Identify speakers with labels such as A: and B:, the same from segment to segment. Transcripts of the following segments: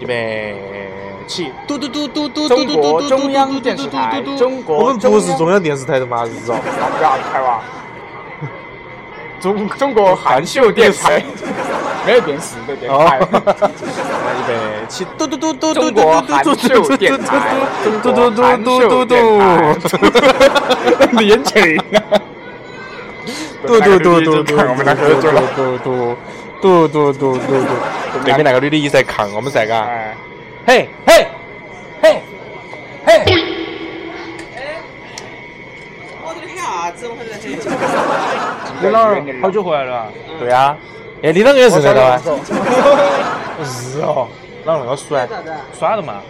A: 预备起！
B: 嘟嘟嘟嘟嘟嘟
A: 中
B: 嘟嘟
A: 国
B: 嘟
A: 中央
B: 嘟
A: 电
B: 嘟
A: 视
B: 嘟
A: 台
B: 嘟，嘟
A: 中国
C: 我们不是
A: 中
C: 中央电视台的嘛，日照。
A: 央，不要开吧。中中国韩秀电视台，没有点死的点开。预备起！
B: 嘟嘟嘟嘟嘟
A: 中
B: 嘟
A: 国
B: 嘟
A: 韩秀电台，中国韩秀电台，你演起来。
C: 嘟嘟嘟嘟嘟，
A: 看我们两个就
C: 嘟嘟嘟嘟嘟嘟嘟，对面那个女的一直在看我们噻，嘎，
A: 哎，
C: 嘿嘿嘿嘿，
D: 我这里喊啥子？我还在喊。
B: 你老儿好久回来了？
C: 对啊，哎，你啷个也是来了啊？是哦，啷那个帅，
D: 子？
B: 耍了嘛？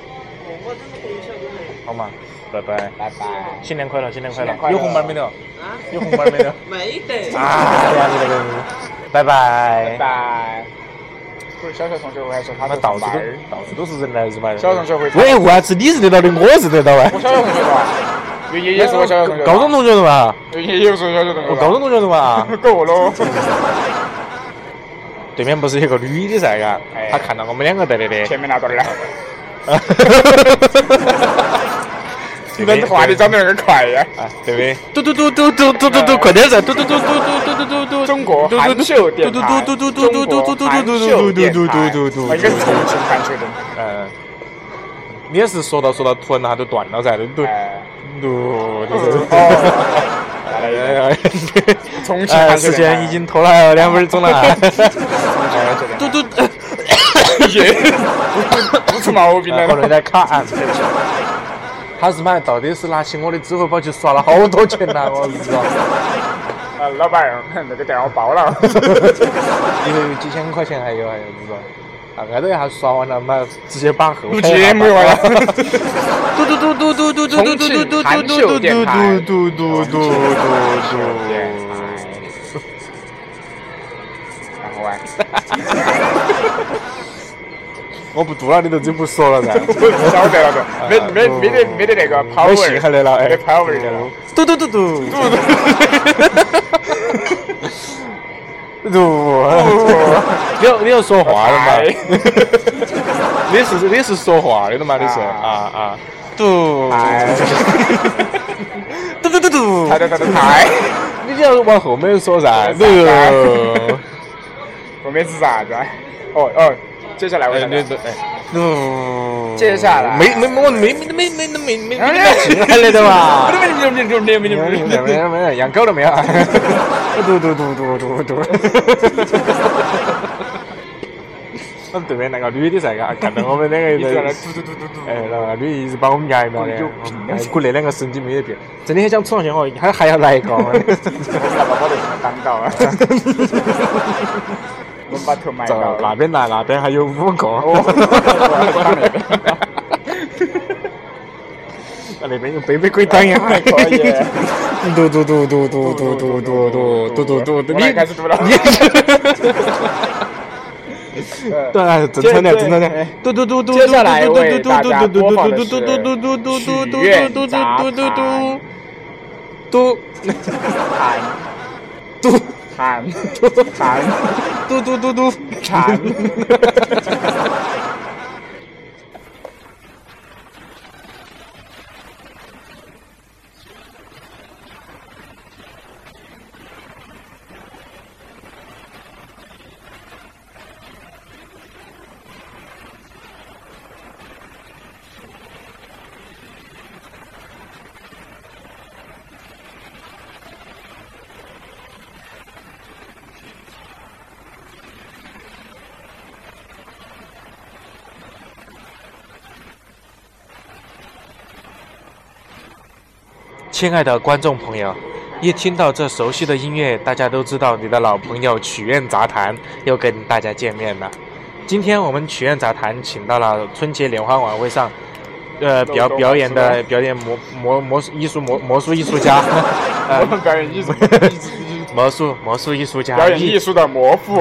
D: 我只是回小哥们。
C: 好嘛，拜拜，
A: 拜拜。
C: 新年快乐，新年快
A: 新
C: 乐
A: 年快，乐
C: 有红包没得？
D: 啊？
C: 有红包没 得？
D: 没得。
A: 啊
C: 哎呀，你那个，拜
A: 拜
C: 拜，
A: 拜。不是小学同学，我还说他
C: 他
A: 是
C: 们到处
A: 红
C: 都
A: 白儿
C: 到处都是人来人嘛。
A: 小学同学会唱
C: 喂，为啥子你认得到的，我认得到哎
A: 我？小学同学吧，爷爷也是我小学同学吧，
C: 高中同学的嘛，
A: 爷爷也是我小学同学吧，
C: 我高中同学的嘛。
A: 够了。
C: 对面不是有个女的噻，嘎
A: 哎，
C: 她看到我们两个在那里，
A: 前面拿到的了，
C: 对
A: 人话你长得有点快呀。
C: 啊，对不对？
B: 嘟嘟嘟嘟嘟嘟嘟嘟，快点噻！嘟嘟嘟嘟嘟嘟嘟嘟。
A: 中国韩秀电台，
B: 嘟嘟嘟嘟
A: 中
B: 嘟嘟嘟
A: 国
B: 嘟
A: 韩
B: 嘟
A: 秀电台，
C: 嘟嘟嘟嘟
A: 啊应该是重庆韩秀电台。
C: 嗯，你也是说到说到，突然它就断了噻，都都
A: 哎，
C: 都
A: 哦
C: 都是。
A: 哦，来了一
C: 哎
A: 个
C: 呀
A: 重庆
C: 哎，
A: 韩秀
C: 时
A: 电台
C: 间已经拖了两分钟了，
A: 重庆韩秀电台
B: 嘟嘟，
A: 爷不出毛病来
C: 可能有
A: 了。
C: 点卡啊。他是妈到底是拿起我的支付宝去刷了好多钱呐、我操！
A: 啊，老板，那个电话爆了。
C: 以后有几千块钱还有还有这种，啊，挨着一下刷完了嘛，直接把后
A: 录
C: 台
A: 节目完了。
B: 嘟嘟嘟嘟嘟嘟嘟嘟嘟嘟嘟嘟嘟嘟嘟嘟嘟嘟嘟。
A: 然后啊，
C: 我不读了，你都真不说了噻。
A: 我不晓得了都，没没没得没得那个跑
C: 没
A: 味
C: 信
A: 儿
C: 号来了，哎，
A: 没跑味儿的了。
C: 嘟嘟嘟嘟嘟嘟嘟。 你要你要说话的嘛？
A: 哎
C: 你是你是说话的嘛？你是啊啊。嘟
A: 哎，
C: 嘟嘟嘟嘟
A: 他。的他的菜，
C: 你要往后面说噻。 嘟。
A: 哎后面是啥子啊？哦哦，接下来我想
C: 哎
A: 想，
C: 嘟。
A: 接下来
C: 没没我没没没没没没
A: 哎
C: 没信号来的嘛？
A: 没
C: 没有没有没有，养狗了没有？嘟嘟嘟嘟嘟嘟。我们对面那个女的噻，嘎，看到我们两个
A: 你在
C: 人
A: 那
C: 在，
A: 嘟嘟嘟嘟嘟，
C: 哎，那个女的一直把我们挨到的，哎估那两个神经没得病，真的很想吃上去哦，还还要来一个。
A: 我们把宝都挡到了，我们把头埋
C: 这
A: 到
C: 那
A: 了，
C: 边来，那边还有五个。那那边用杯杯可以挡呀，
A: 还可以。
C: 嘟嘟嘟嘟嘟嘟嘟嘟嘟嘟嘟嘟，
A: 我
C: 你
A: 来开始读了。
C: 对，还是正常的，正常的。
B: 嘟嘟嘟嘟。嘟
A: 喊
C: 嘟
A: 喊喊
B: 嘟嘟嘟嘟。
A: 喊，
C: 亲爱的观众朋友，一听到这熟悉的音乐，大家都知道你的老朋友曲苑杂谈又跟大家见面了。今天我们曲苑杂谈请到了春节联欢晚会上，呃，表表演的表演魔魔魔术艺术魔魔术艺术 家，
A: 我
C: 呃，
A: 们表演艺术，
C: 魔术魔术艺术家，
A: 表演艺术的魔术，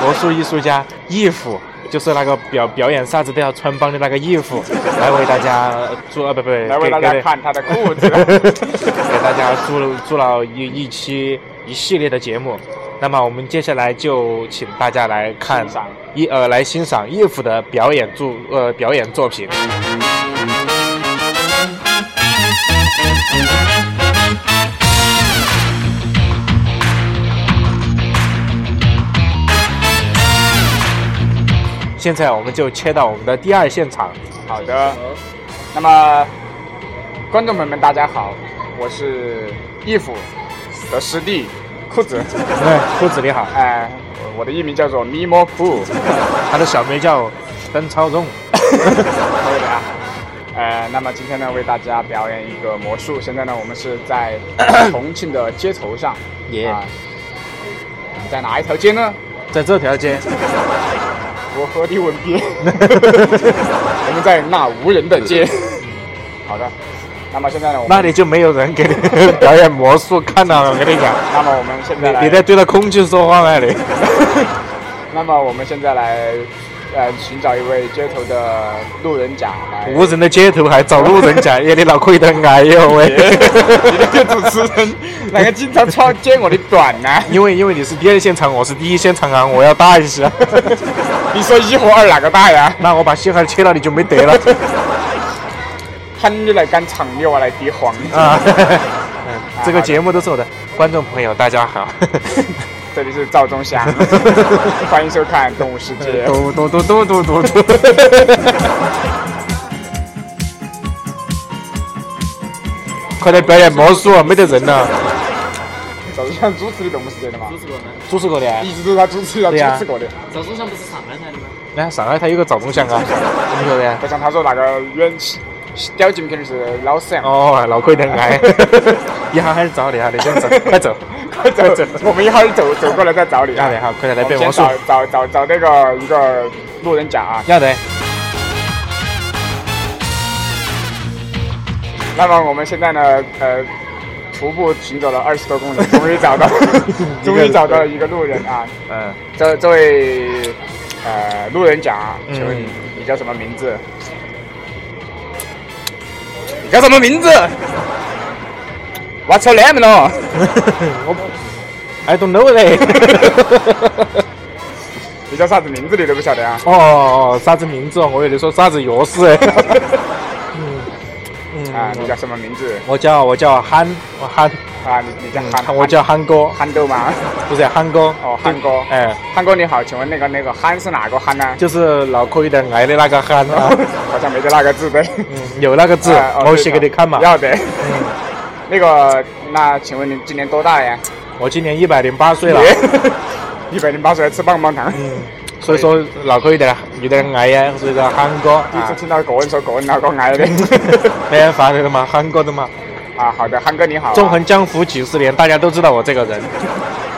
C: 魔术艺术家义父，就是那个表表演啥子都要穿帮的那个义父，来为大家做啊不不，
A: 来为
C: 给
A: 大
C: 给
A: 家看他的裤子。
C: 给大家做了做了一一期一系列的节目，那么我们接下来就请大家来看
A: 欣赏
C: 一呃来欣赏叶夫的表演作呃表演作品。现在我们就切到我们的第二现场，
A: 好的，那么观众朋友们，大家好，我是义父的师弟裤 子，
C: 哎，裤子你好，
A: 哎、我的艺名叫做咪摸 裤，
C: 他的小名叫邓超荣，
A: 可以的啊。呃，那么今天呢，为大家表演一个魔术。现在呢，我们是在重庆的街头上，
C: 耶
A: 啊在哪一条街呢？
C: 在这条街，
A: 我和你吻 别。我们在那无人的 街。好的，那么现在呢，我们
C: 那里就没有人给你 表演魔术看到了，我跟你讲，
A: 那么我们现在来
C: 你你在对着空气说话吗？你
A: 那么我们现在来，呃，寻找一位街头的路人甲来。
C: 无人的街头还找路人讲，哎耶，你脑壳有点矮哟啊喂。
A: 你这个主持人，哪个经常穿揭我的短呢、
C: 因为因为你是第二现场，我是第一现场啊，我要大一些。
A: 你说一和二哪个大呀？
C: 那我把信号切了，你就没得了
A: 喊你来赶场，你娃来抵黄。
C: 啊。 嗯，这个节目都是我的观众朋友，大家好。
A: 这里是赵忠祥，欢迎收看《动物世界》。
C: 嘟嘟嘟嘟嘟嘟 嘟。快点表演魔术，啊没得人了。
A: 赵忠祥主持的《动物世界》的嘛
B: 主，持过吗？
C: 主持过的，
A: 一直都是他主持，要
C: 对呀
A: 主持过的。
B: 赵忠祥不是上海台的吗？
C: 来上海他有个赵忠祥啊，你说的？
A: 不像他说那个远期屌劲肯定是老沈。
C: 哦，脑壳有点 矮。一哈还是找你啊，你 先走，快走，
A: 快走，我们一会儿走走过来再找你
C: 要
A: 啊。
C: 得好，快点来
A: 我们
C: 变
A: 先
C: 魔术
A: 找，找找找那个一个路人甲啊。
C: 要得。
A: 那么我们现在呢，呃，徒步行走了二十多公里，终于找 到，终于找到了一个路人啊。
C: 嗯，
A: 这这位呃路人甲啊，请问你、
C: 嗯
A: 你叫什么名字？你叫什么名字？What's your name 咯？
C: I don't know 嘞。
A: 你叫啥子名字你都不晓得啊？
C: 哦，啥子名字哦？我以为你说啥子钥 匙哎。嗯
A: 啊，你
C: 嗯，
A: 叫什么名字？
C: 我叫我叫憨，我憨，
A: 啊，你你叫憨，
C: 我叫憨哥，
A: 憨豆 吗？
C: 不是憨哥。
A: 哦，憨哥，
C: 哎，
A: 憨哥你好，请问那个那个憨是哪个憨呢？
C: 就是脑壳有点矮的那个憨啊。
A: 好像没得那个字对。
C: 嗯，有那个字
A: 啊，哦
C: 我写给你看嘛。嗯
A: 要得。 那个，那请问你今年多大呀？
C: 我今年一百零八岁了，
A: 一百零八岁还吃棒棒糖。
C: 嗯，所以说脑壳有点有点矮呀，所以叫憨哥
A: 第一次
C: 啊。
A: 听到国文说国文老高挨的。
C: 嗯没人烦你的嘛，憨哥的嘛。
A: 啊，好的，憨哥你好啊。
C: 纵横江湖几十年，大家都知道我这个人。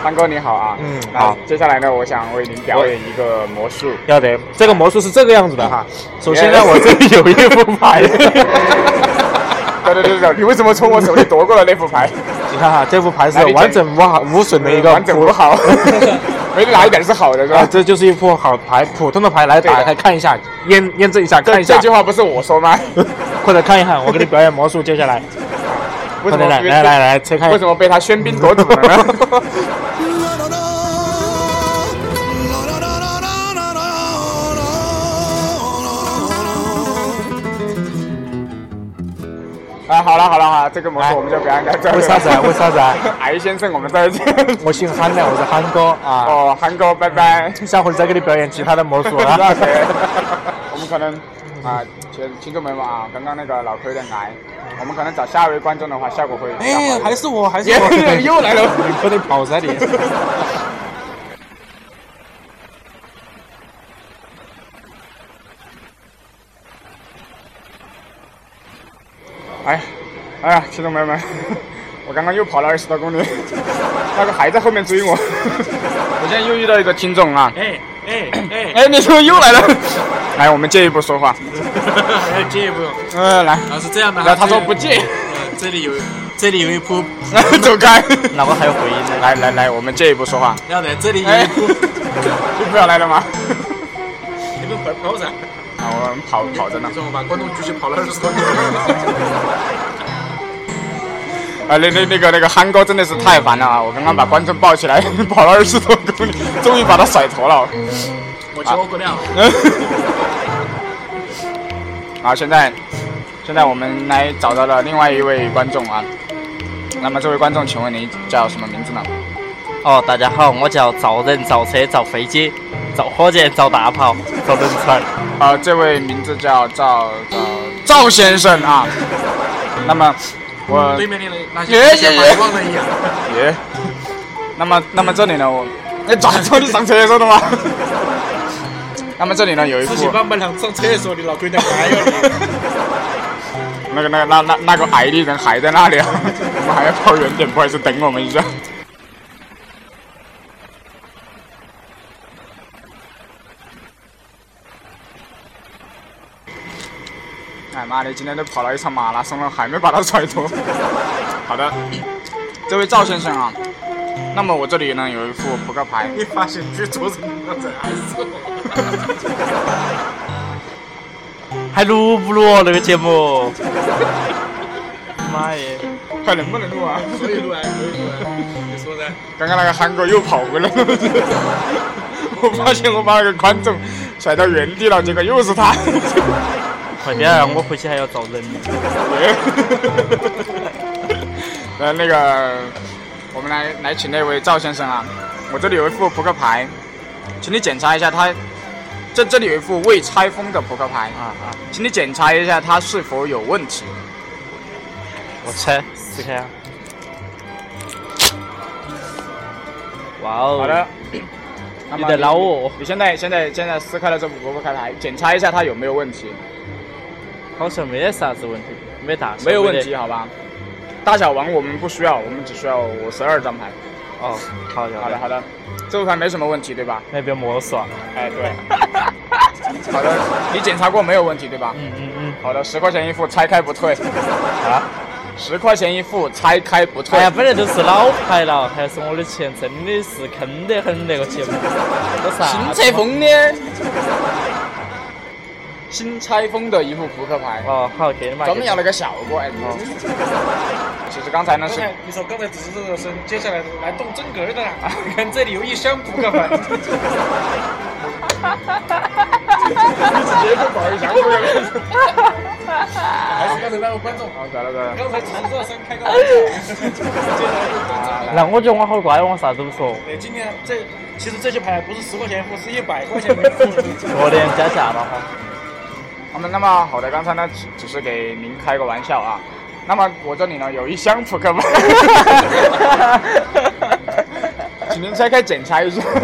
A: 憨哥你好啊。
C: 嗯
A: 那
C: 好
A: 接下来呢，我想为您表演一个魔术。
C: 要得，这个魔术是这个样子的哈。首先呢，
A: Yeah
C: 我这里有一副牌。
A: 对对对对，你为什么从我手里夺过了那副牌？
C: 你看哈，这副牌是
A: 来你讲
C: 完整无好无损的一个
A: 完整
C: 普
A: 不 好， 没哪一点是好的是
C: 啊，
A: 吧？
C: 这就是一副好牌，普通的牌来
A: 对
C: 打
A: 的
C: 开看一下，验验证一下，看
A: 这
C: 一下
A: 这，句话不是我说 吗？
C: 或者看一下，我给你表演魔术，接下来，
A: 为
C: 快
A: 什么
C: 点来来来来，拆开
A: 为，什么被他喧宾夺主了 呢？啊，好了好了好了，这个魔术我们就表演到这儿。
C: 为啥子啊？为啥 子啊？
A: 癌先生，我们再见。
C: 我姓憨的，我是憨哥 啊，
A: 哦，韩哥，拜拜。
C: 下回再给你表演其他的魔术啊。
A: 那谁？ 我们可能啊，听听众朋友们啊，刚刚那个脑壳有点癌，我们可能找下一位观众的话，效果会比较好一点。
C: 是我，还
A: 又来 了。
C: 你快点跑噻你！
A: 哎，哎呀，听众朋友们， 我刚刚又跑了二十多公里， 那个还在后面追我。 我现在又遇到一个听众啊，
C: 哎哎哎，
A: 哎，你怎么又来了？ 来，我们借一步说话。
C: 还要进一步。
A: 嗯，来，
B: 啊，是这样的。
A: 然后他说不借，
B: 呃，这里有，这里有一铺，
A: 走开。
B: 哪个还有回音呢？
A: 来来来，我们借一步说话。
B: 要得，这里有
A: 哎
B: 一铺，，
A: 你不要来了吗？
B: 你们快跑噻！
A: 啊，我们跑跑着呢
B: 你。说我把观众举起跑了二十多米。
A: 啊，那那那个那个憨哥真的是太烦了啊！我刚刚把观众抱起来，跑了二十多公里，终于把他甩脱了。
E: 我求过 量。
A: 好，啊现在现在我们来找到了另外一位观众啊。那么这位观众，请问您叫什么名字呢？
B: 哦，大家好，我叫造人、造车、造飞机、造火箭、造大炮、造轮船。
A: 啊，这位名字叫赵赵赵先 生啊。那么我
E: 对面的那那些
A: 耶
E: 像
A: 耶耶
E: 卖光人一样，
A: 耶。那么，那么这里呢，我，哎，咋说你上厕所了吗？ 那么这里呢有一
E: 仔细
A: 副
E: 把门上上厕所的老鬼娘开了。
A: 那个那个那那那个矮的人还在那里啊，我们还要跑远点，不好意思，等我们一下。哎妈的，今天都跑了一场马拉松了，还没把他甩脱。 好的，这位赵先生啊，那么我这里呢有一副扑克牌，
E: 你发现举桌子你要在挨手？
B: 还录不录那个节目？妈耶！
A: 还能不能录啊？
E: 所以乱，所以啊乱，你说噻？
A: 刚刚那个韩国又跑回来了， 我发现我把那个观众甩到原地了，结果又是他。
B: 快点啊，我回去还要造人。
A: 呃，那个，我们来来请那位赵先生啊，我这里有一副扑克牌，请你检查一下它，这这里有一副未拆封的扑克牌
B: 啊，啊！
A: 请你检查一下它是否有问题。
B: 我猜试看啊。哇哦！
A: 好的，那
B: 你
A: 么
B: 得饶我，
A: 你现在现在现在撕开了这副扑克牌，检查一下它有没有问题。
B: 好像没得啥子问题，没大小
A: 没有问
B: 得
A: 题，好吧？大小王我们不需要，我们只需要我十二张牌。
B: 哦，好的
A: 好
B: 好
A: 的，
B: 的，
A: 好的，这副牌没什么问题，对吧？
B: 那边摸索。
A: 哎，对。好的，你检查过没有问题，对吧？
B: 嗯嗯嗯。
A: 好的，十块钱一副，拆开不退。
B: 啊？
A: 十块钱一副，拆开不退。
B: 哎呀，本来就是老牌了，还是我的钱真的是坑得很那个 节目，这啥
A: 新
B: 子？
A: 拆封的，新拆封的一副扑克牌，
B: 哦，好，给你嘛。
A: 专
B: 给
A: 门
B: 你
A: 要那个效果。哎，其实刚才呢
E: 刚
A: 是
F: 哎
E: 才你说刚才只是热热身，接下来来动真格的 啦！看这里有一箱扑克牌，
A: 别个玩一下，
E: 还是刚才那个观众，
A: 好，得了得了。
E: 刚才只是热身开个玩笑，接下来又动真格。
B: 那我觉得我好乖，我啥都不说，
E: 对，今天这其实这些牌不是十块钱一副，是一百块钱一副。
B: 我连加价 了哈。
A: 那么，那么好的，刚才呢只只是给您开个玩笑啊。那么我这里呢有一箱扑克牌， 请您拆开检查一下。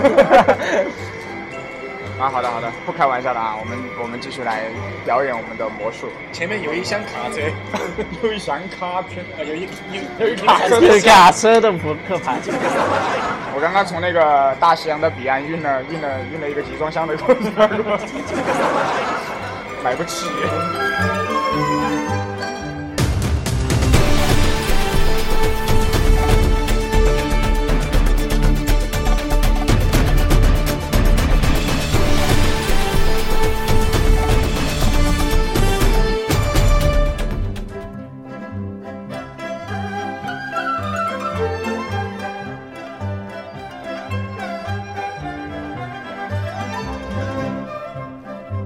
A: 啊，好的好的，不开玩笑了啊，我们我们继续来表演我们的魔术。
E: 前面有一箱卡车，
A: 有一箱卡片，
E: 啊，有一有
A: 有一卡车
B: 这卡车的扑克牌，
A: 我刚刚从那个大西洋的彼岸运了运了运了一个集装箱的过 来，买不起。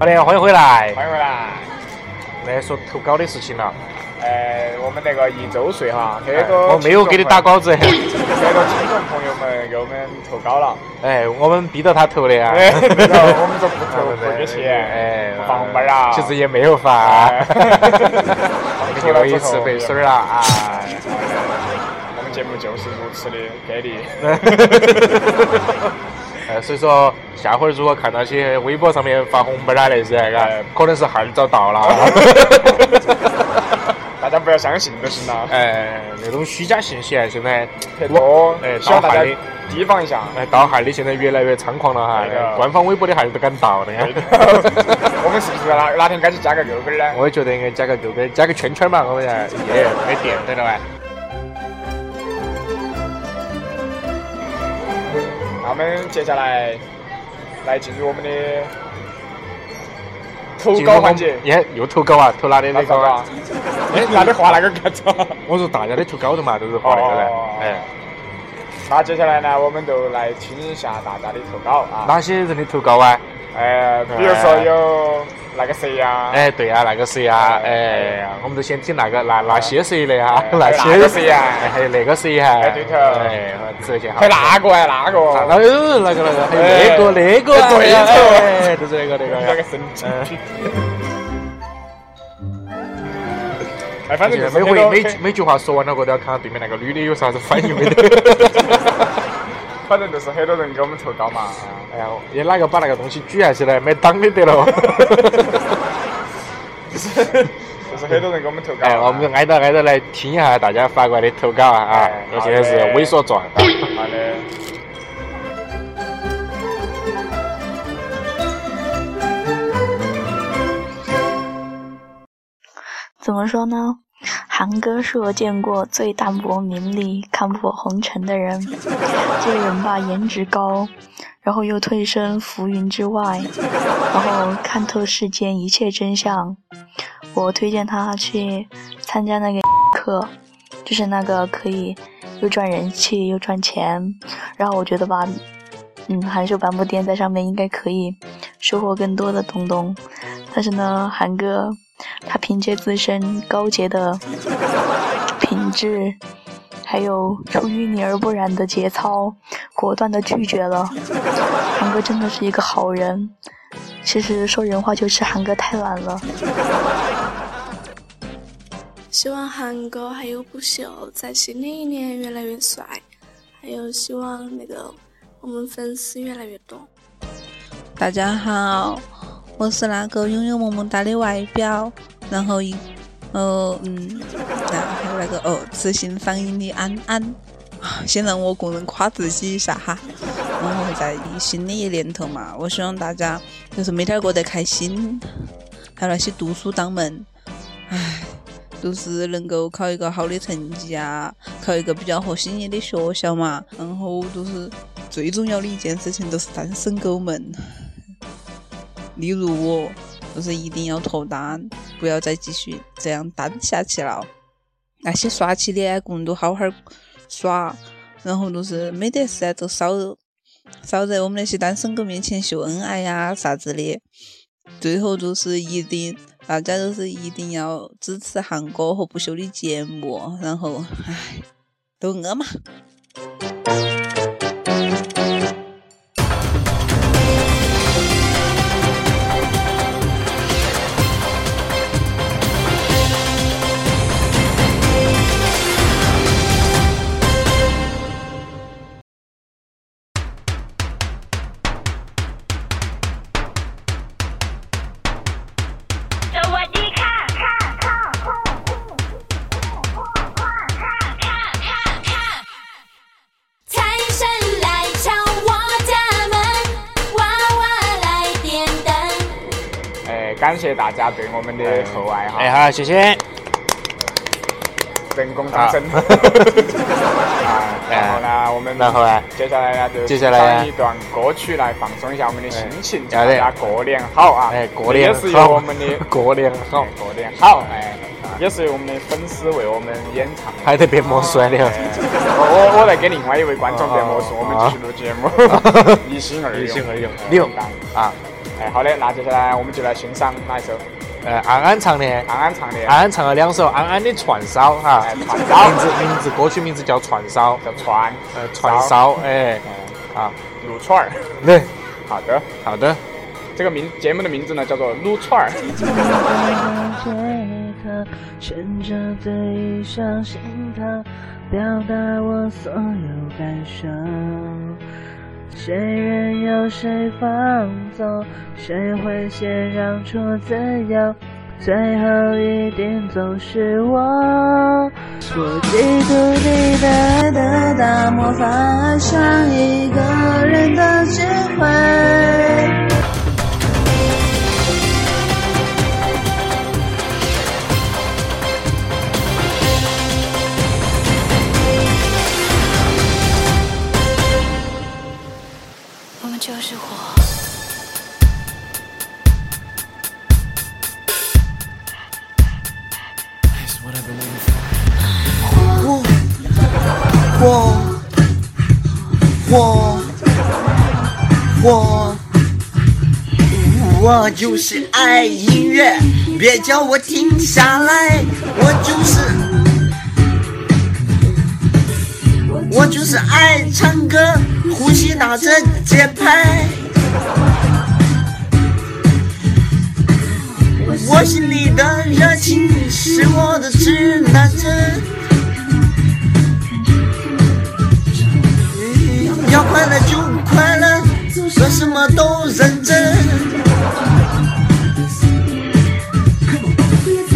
C: 好的，欢迎回来。
A: 欢迎回来。
C: 来说投稿的事情了。
A: 呃，我们那个一周岁哈，很多
C: 哎我没有给你打稿子，
A: 很多听众朋友们给我们投稿了，
C: 哎，我们逼着他投的啊。
A: 哎， 那个我们说不投不给钱，
C: 哎，
A: 不发红包啊，
C: 其实也没有发
A: 哎，
C: 哎 给我一次回水儿了啊。
A: 我们节目就是如此的给力。
C: 呃，所以说下回如果看到些微博上面发红包啊那些，嘎
A: 哎，
C: 可能是号儿找到了。
A: 大家不要相信就行了，
C: 哎，那种虚假信息啊，现在
A: 很多
C: 哎，
A: 希望
C: 大
A: 大家
C: 海的
A: 提防一 下。
C: 哎，盗号的现在越来越猖狂了哈
A: 对的，
C: 官方微博的号儿都敢盗的。
A: 我们是不是哪哪天该去加个勾勾呢？
C: 我也觉得应该加个勾勾，加个圈圈嘛，我们呀也没电对了吧？
A: 那我们接下来来进入我们的投稿环节。
C: 耶，又投稿啊，投哪里那
A: 投稿
C: 个
A: 啊？哎，哪里画哪个哦格子？
C: 我说大家的头高头嘛，都是画那个的
A: 哦，
C: 哎，
A: 那接下来呢，我们就来听一下大家的投稿啊。
C: 哪些人的头高啊？
A: 哎，比如说有那个谁呀？
C: 哎，对啊，那个谁啊？哎，我们就先听那个那那些谁的啊？那
A: 哪
C: 些
A: 个谁啊
C: 哎还有那个谁哈？
A: 哎对头
C: 哎，这些好
A: 还。那个哎，那
C: 哎
A: 个，
C: 呦，那个那个，还有那个那个啊，
A: 对头
C: 哎，就是那个那
A: 那个
C: 个。
A: 神经
C: 嗯，
A: 病。哎，反正就是
C: 每
A: 这
C: 回
A: 个
C: 每句每句话说完了过后，都要看看对面那个女的有啥子反应没得。
A: 反正就是很多人给我们投稿嘛。啊
C: 哎呀，也哪个把那个东西举下去了，没挡的 得了。
A: 就是很多人给我们投稿嘛。啊
C: 哎，我们就挨着挨着来听一下大家发过来的投稿啊！啊
A: 哎，
C: 我现在是猥琐状。
A: 好的。
G: 怎么说呢？韩哥是我见过最淡泊名利、看破红尘的人。这个人吧，颜值高，然后又退身浮云之外，然后看透世间一切真相。我推荐他去参加那个课，就是那个可以又赚人气又赚钱。然后我觉得吧，嗯，韩秀帆布店在上面应该可以收获更多的东东。但是呢，韩哥他凭借自身高洁的品质，还有出淤泥而不染的节操，果断的拒绝了。韩哥真的是一个好人。其实说人话，就是韩哥太懒了。
H: 希望韩哥还有不朽在新的一年越来越帅，还有希望那个我们粉丝越来越多。
I: 大家好，我是那个拥有萌萌哒的外表，然后一，呃嗯，然后还有那个哦，磁性反应的安安。啊先让我个人夸自己一下哈，然后在新的一年头嘛，我希望大家就是每天过得开心，还有那些读书党们，唉，就是能够考一个好的成绩啊，考一个比较合心意的学校嘛，然后就是最重要的一件事情就是单身狗们，例如我，就是一定要脱单，不要再继续这样单下去了。那些耍起恋爱个人都好好耍，然后就是没得事啊，就少少在我们那些单身狗面前秀恩爱呀、啥子的。最后就是一定，大家都是一定要支持韩哥和不朽的节目，然后唉，都饿嘛。
J: 财神来敲我家门，娃娃来点灯。
A: 哎，感谢大家对我们的厚爱哈。
C: 哎好，谢谢。
A: 人工掌声。 啊，然后呢，我们
C: 啊然后呢，
A: 接下来呢就
C: 接下来呢
A: 放一段歌曲来放松一下我们的心情，祝
C: 哎好
A: 大
C: 的
A: 家过年好啊！
C: 哎，过年
A: 也是
C: 好
A: 由我们的
C: 过年好
A: 哎，过年好哎，也是由我们的粉丝为我们演唱。
C: 还得变魔术了
A: 哎。我我我来给另外一位观众变魔术，
C: 哦
A: 我们继续录节目， 一心二用，
C: 一心二用
A: 哎
C: 六
A: 当
C: 啊，
A: 哎，好的，那接下来我们就来欣赏哪一首
C: 呃，安安唱的，
A: 安安唱的《
C: 安安唱了两首安安的《串烧》哈，
A: 哎串烧
C: 名字名字歌曲名字叫《串烧》，
A: 叫串》，
C: 呃，串烧，哎，
A: 啊
C: 啊，
A: 撸串儿。
C: 对，
A: 好的，
C: 好的，
A: 这个名节目的名字呢叫做撸串儿。
K: 这一刻，趁着最上心跳，表达我所有感受。谁任由谁放纵，谁会先让出自由？最后一定总是我。我嫉妒你的爱的大魔法，爱上一个人的智慧。
J: 我们就是火，
K: Nice one.
F: 我我我我就是爱音乐，别叫我停下来，我就是我就是爱唱歌，呼吸打着节拍。我心里的热情是我的指南针。要快乐就快乐，做什么都认真。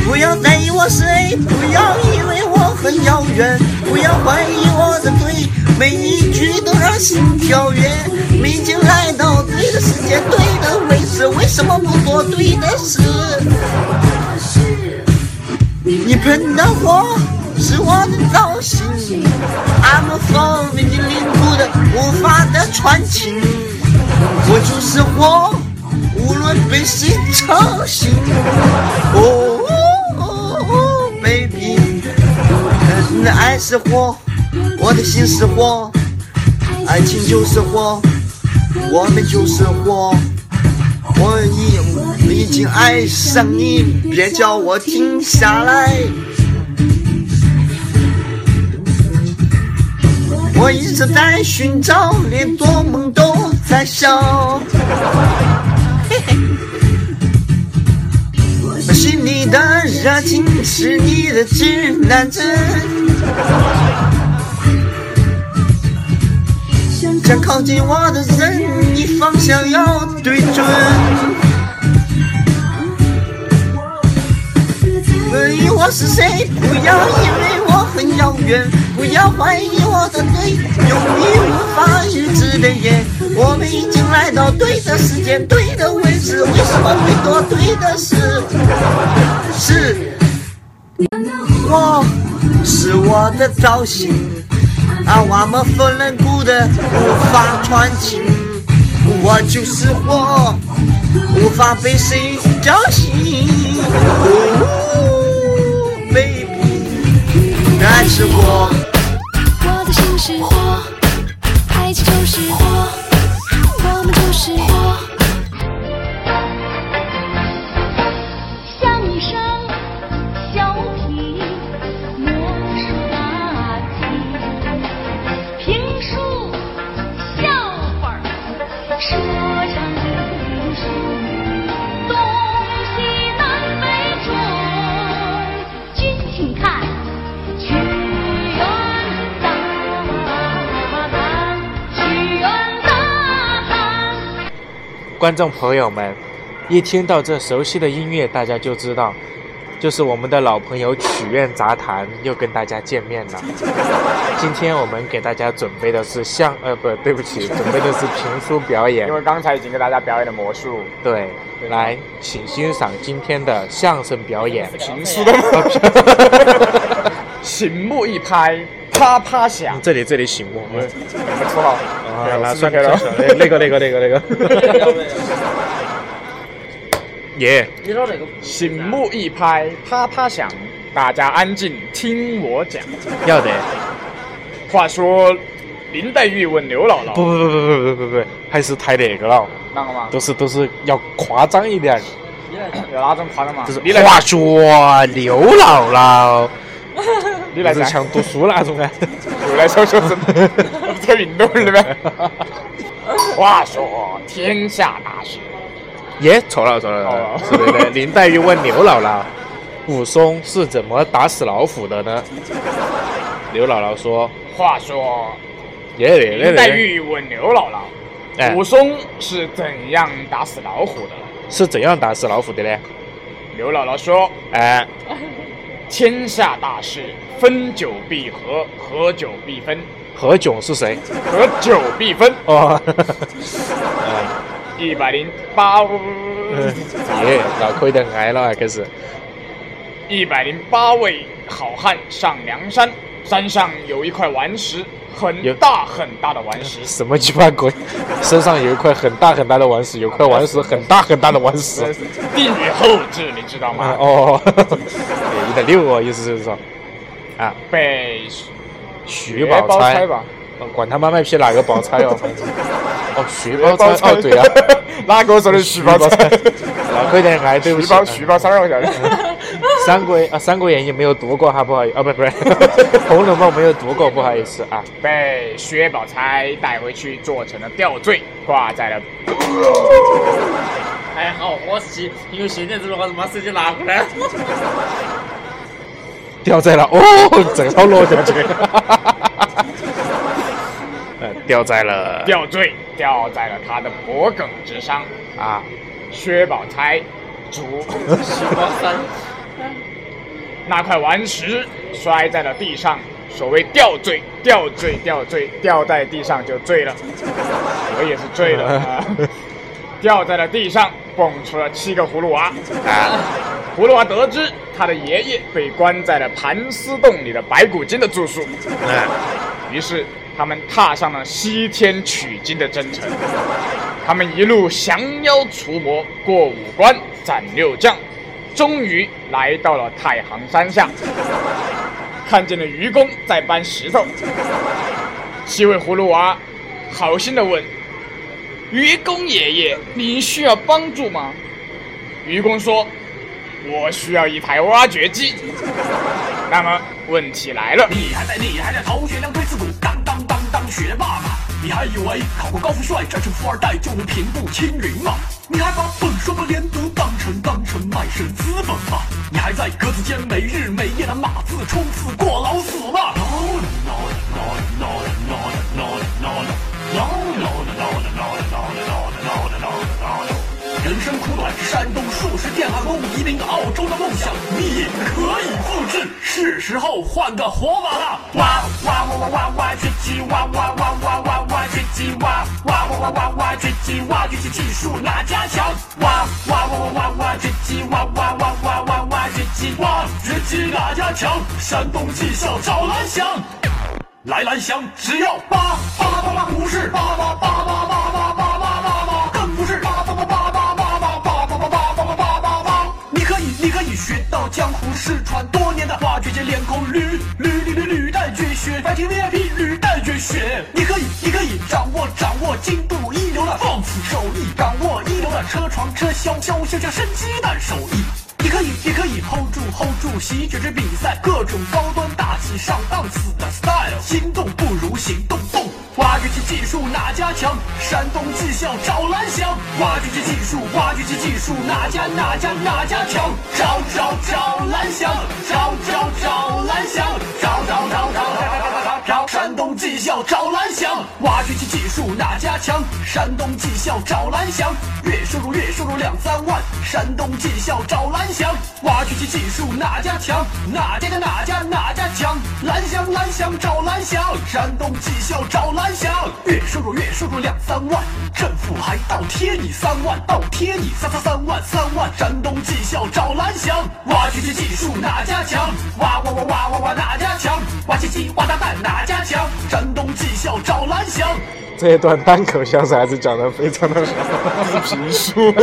F: 不要在意我谁，不要以为我很遥远，不要怀疑我的对，每一句都让心跳跃。你已经来到对的时间、对的位置，为什么不做对的事？你喷的火是我的造型，I'm a fan，你领悟的无法的传情。我就是我，无论被谁吵醒。哦哦哦，baby，你的爱是火，我的心是火，爱情就是火，我们就是火。我已已经爱上你，别叫我停下来。我一直在寻找，连做梦都在笑。 我心里的热情是你的指南针，想靠近我的人，你方向要对准。所以我是谁？不要以为我很遥远，不要怀疑我的对，有你无法预知的夜。我们已经来到对的时间、对的位置，为什么会做对的事？是我是我的造型，啊，我们分人顾的无法传情，我就是我，无法被谁叫醒。哦，baby，那是我。
J: 我的心是火，爱情就是火，我们就是火。
L: 像一声小皮魔术大吉，评书、笑话儿、说唱艺术，东西南北中，君请看屈原大唐，屈原大唐。
C: 观众朋友们，一听到这熟悉的音乐，大家就知道，就是我们的老朋友曲苑杂谈又跟大家见面 了。今天我们给大家准备的是相呃不对不 起，准备的是评书表演
A: 因。为刚才已经给大家表演了魔术，
C: 对，来，请欣赏今天的相声表演。
A: 评书的 魔醒目一拍，啪啪响。
C: 这里这里醒目。
A: 你们绰号
C: 啊，来，算
A: 开
C: 了，那个那个那个那 个，耶！
A: 你说哪个？醒目一拍，啪啪响。大家安静听我讲。
C: 要得。
A: 话说，林黛玉问刘姥姥
C: 不不不不不不不不，还是太那个了，
A: 那个吗？
C: 都是都是要夸张一点，
A: 有哪种夸张吗？
C: 就是
A: 你来
C: 话说刘姥姥，
A: 你来
C: 是
A: 噻
C: 像读书那种啊。
A: 又来说说 真的，这运动了呗。话说天下大事，
C: 耶，错了错了错
A: 哦
C: 了，是对的。林黛玉问刘姥姥，武松是怎么打死老虎的呢？刘姥姥说，
A: 话说
C: 耶嘞嘞嘞
A: 林黛玉问刘姥姥，
C: 哎
A: 武松是怎样打死老虎的？
C: 是怎样打死老虎的呢？
A: 刘姥姥说
C: 哎，：“
A: 天下大事，分久必合，合久必分，
C: 何炅是谁？
A: 合久必分。
C: 哦，
A: 一百零八，
C: 耶，脑壳有点挨了啊，开始。
A: 一百零八位好汉上梁山，山上有一块顽石，很大很大的顽石。
C: 什么鸡巴 鬼？身上有一块很大很大的顽石，有块顽石很大很大的顽 石。
A: 定于后治，你知道 吗？
C: 啊哦，一点六哦，意思就是说，啊，
A: 被
C: 徐宝
A: 哎包
C: 钗
A: 钗吧，
C: 哦管他妈卖批哪个宝钗哦，反正哦，徐宝钗
A: 包钗
C: 哦，对呀、啊，
A: 那个时候的徐
C: 徐
A: 宝钗
C: 钗， 老贵点还对不起，
A: 徐宝徐
C: 宝钗我想，《 三国》啊，《三国演义》没有读过哈，不好意思，啊不不是， 《红楼梦》没有读过，不好意思啊。
A: 被薛宝钗带回去做成了吊坠，挂在了。
E: 哎，好可惜，因为悬念这种话，他妈手机拿过来了。
C: 掉在了哦，整套落下去， 呃，掉在了
A: 吊坠吊在了他的脖颈之上。
C: 啊，
A: 薛宝钗竹石包三，那块顽石摔在了地上。所谓吊坠，吊坠，吊坠，吊在地上就醉了。我也是醉了，啊、掉在了地上，蹦出了七个葫芦娃。啊，葫芦娃得知他的爷爷被关在了盘丝洞里的白骨精的住宿，于是他们踏上了西天取经的征程。他们一路降妖除魔，过五关，斩六将，终于来到了太行山下，看见了愚公在搬石头。七位葫芦娃好心的问：“愚公爷爷，您需要帮助吗？”愚公说：“我需要一台挖掘机。”那么问题来了，
M: 你还在你还在逃学，量推刺股，当当当当学霸吧！你还以为考过高富帅，战胜富二代就能平步青云吗？你还把本双八连读当成当成卖身资本吗？你还在格子间没日没夜的码字冲刺过劳死吗？No no no no no no no no no no no no no no no no。人生苦短，山东数十电焊工，移民澳洲的梦想，你可以复制。是时候换个活法了！哇哇哇哇哇挖掘机，哇哇哇哇哇挖掘机，哇哇哇哇哇挖掘机，挖掘机技术哪家强？哇哇哇哇哇挖掘机，哇哇哇哇哇挖掘机，挖掘机哪家强？山东技校找蓝翔，来蓝翔只要八八八八八，不是八八八八八八八八八八，更不是八八八八八八八八八八八八八八八。你可以，你可以学到江湖失传多年的挖掘机连口驴驴驴驴驴带绝学，白天 VIP 驴带绝学。你可以，你可以掌握掌握精度一流的放肆手艺，掌握一流的车床车销销销销生鸡蛋手艺。你可以，你可以 hold 住 hold 住席卷之比赛，各种高端大气上档次的 style，心动不如行动动。挖掘机技术哪家强？山东技校找蓝翔。挖掘机技术，挖掘机技术哪家哪家哪家强？找找找蓝翔，找找找蓝翔，找找找找找找找山东技校找蓝翔。挖掘机技术哪家强？山东技校找蓝翔。月收入月收入两三万，山东技校找蓝翔。挖掘机技术哪家强？哪家的哪家哪家强？蓝翔蓝翔找蓝翔，山东技校找蓝翔。月收入月收入两三万，政府还倒贴你三万，倒贴你三三三万三万。山东技校找蓝翔，挖掘机技术哪家强？挖挖挖挖挖挖哪家强？挖掘机挖炸弹哪家强？山东技校找蓝翔。
C: 这一段单口相声还是讲的非常的 好，评书。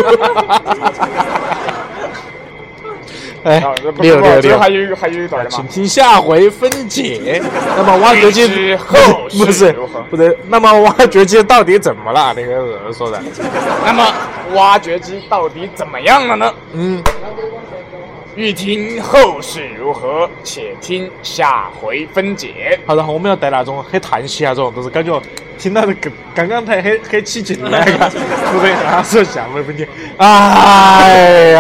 C: 哎
A: 啊这，不
C: 六
A: 不
C: 六
A: 这
C: 六，
A: 还有一个还有一段的
C: 请
A: 吗？
C: 听下回分 解。那么挖掘机
A: 欲知后事
C: 不是
A: 如何
C: 不是，那么挖掘机到底怎么了？那个人说的，
A: 那么挖掘机到底怎么样了呢？
C: 嗯，
A: 欲听后事如何，且听下回分解。
C: 好的，我们要带那种很叹息啊，这种都是感觉听到的更 刚刚才很很起劲的那个，不对，他说下回分解，哎。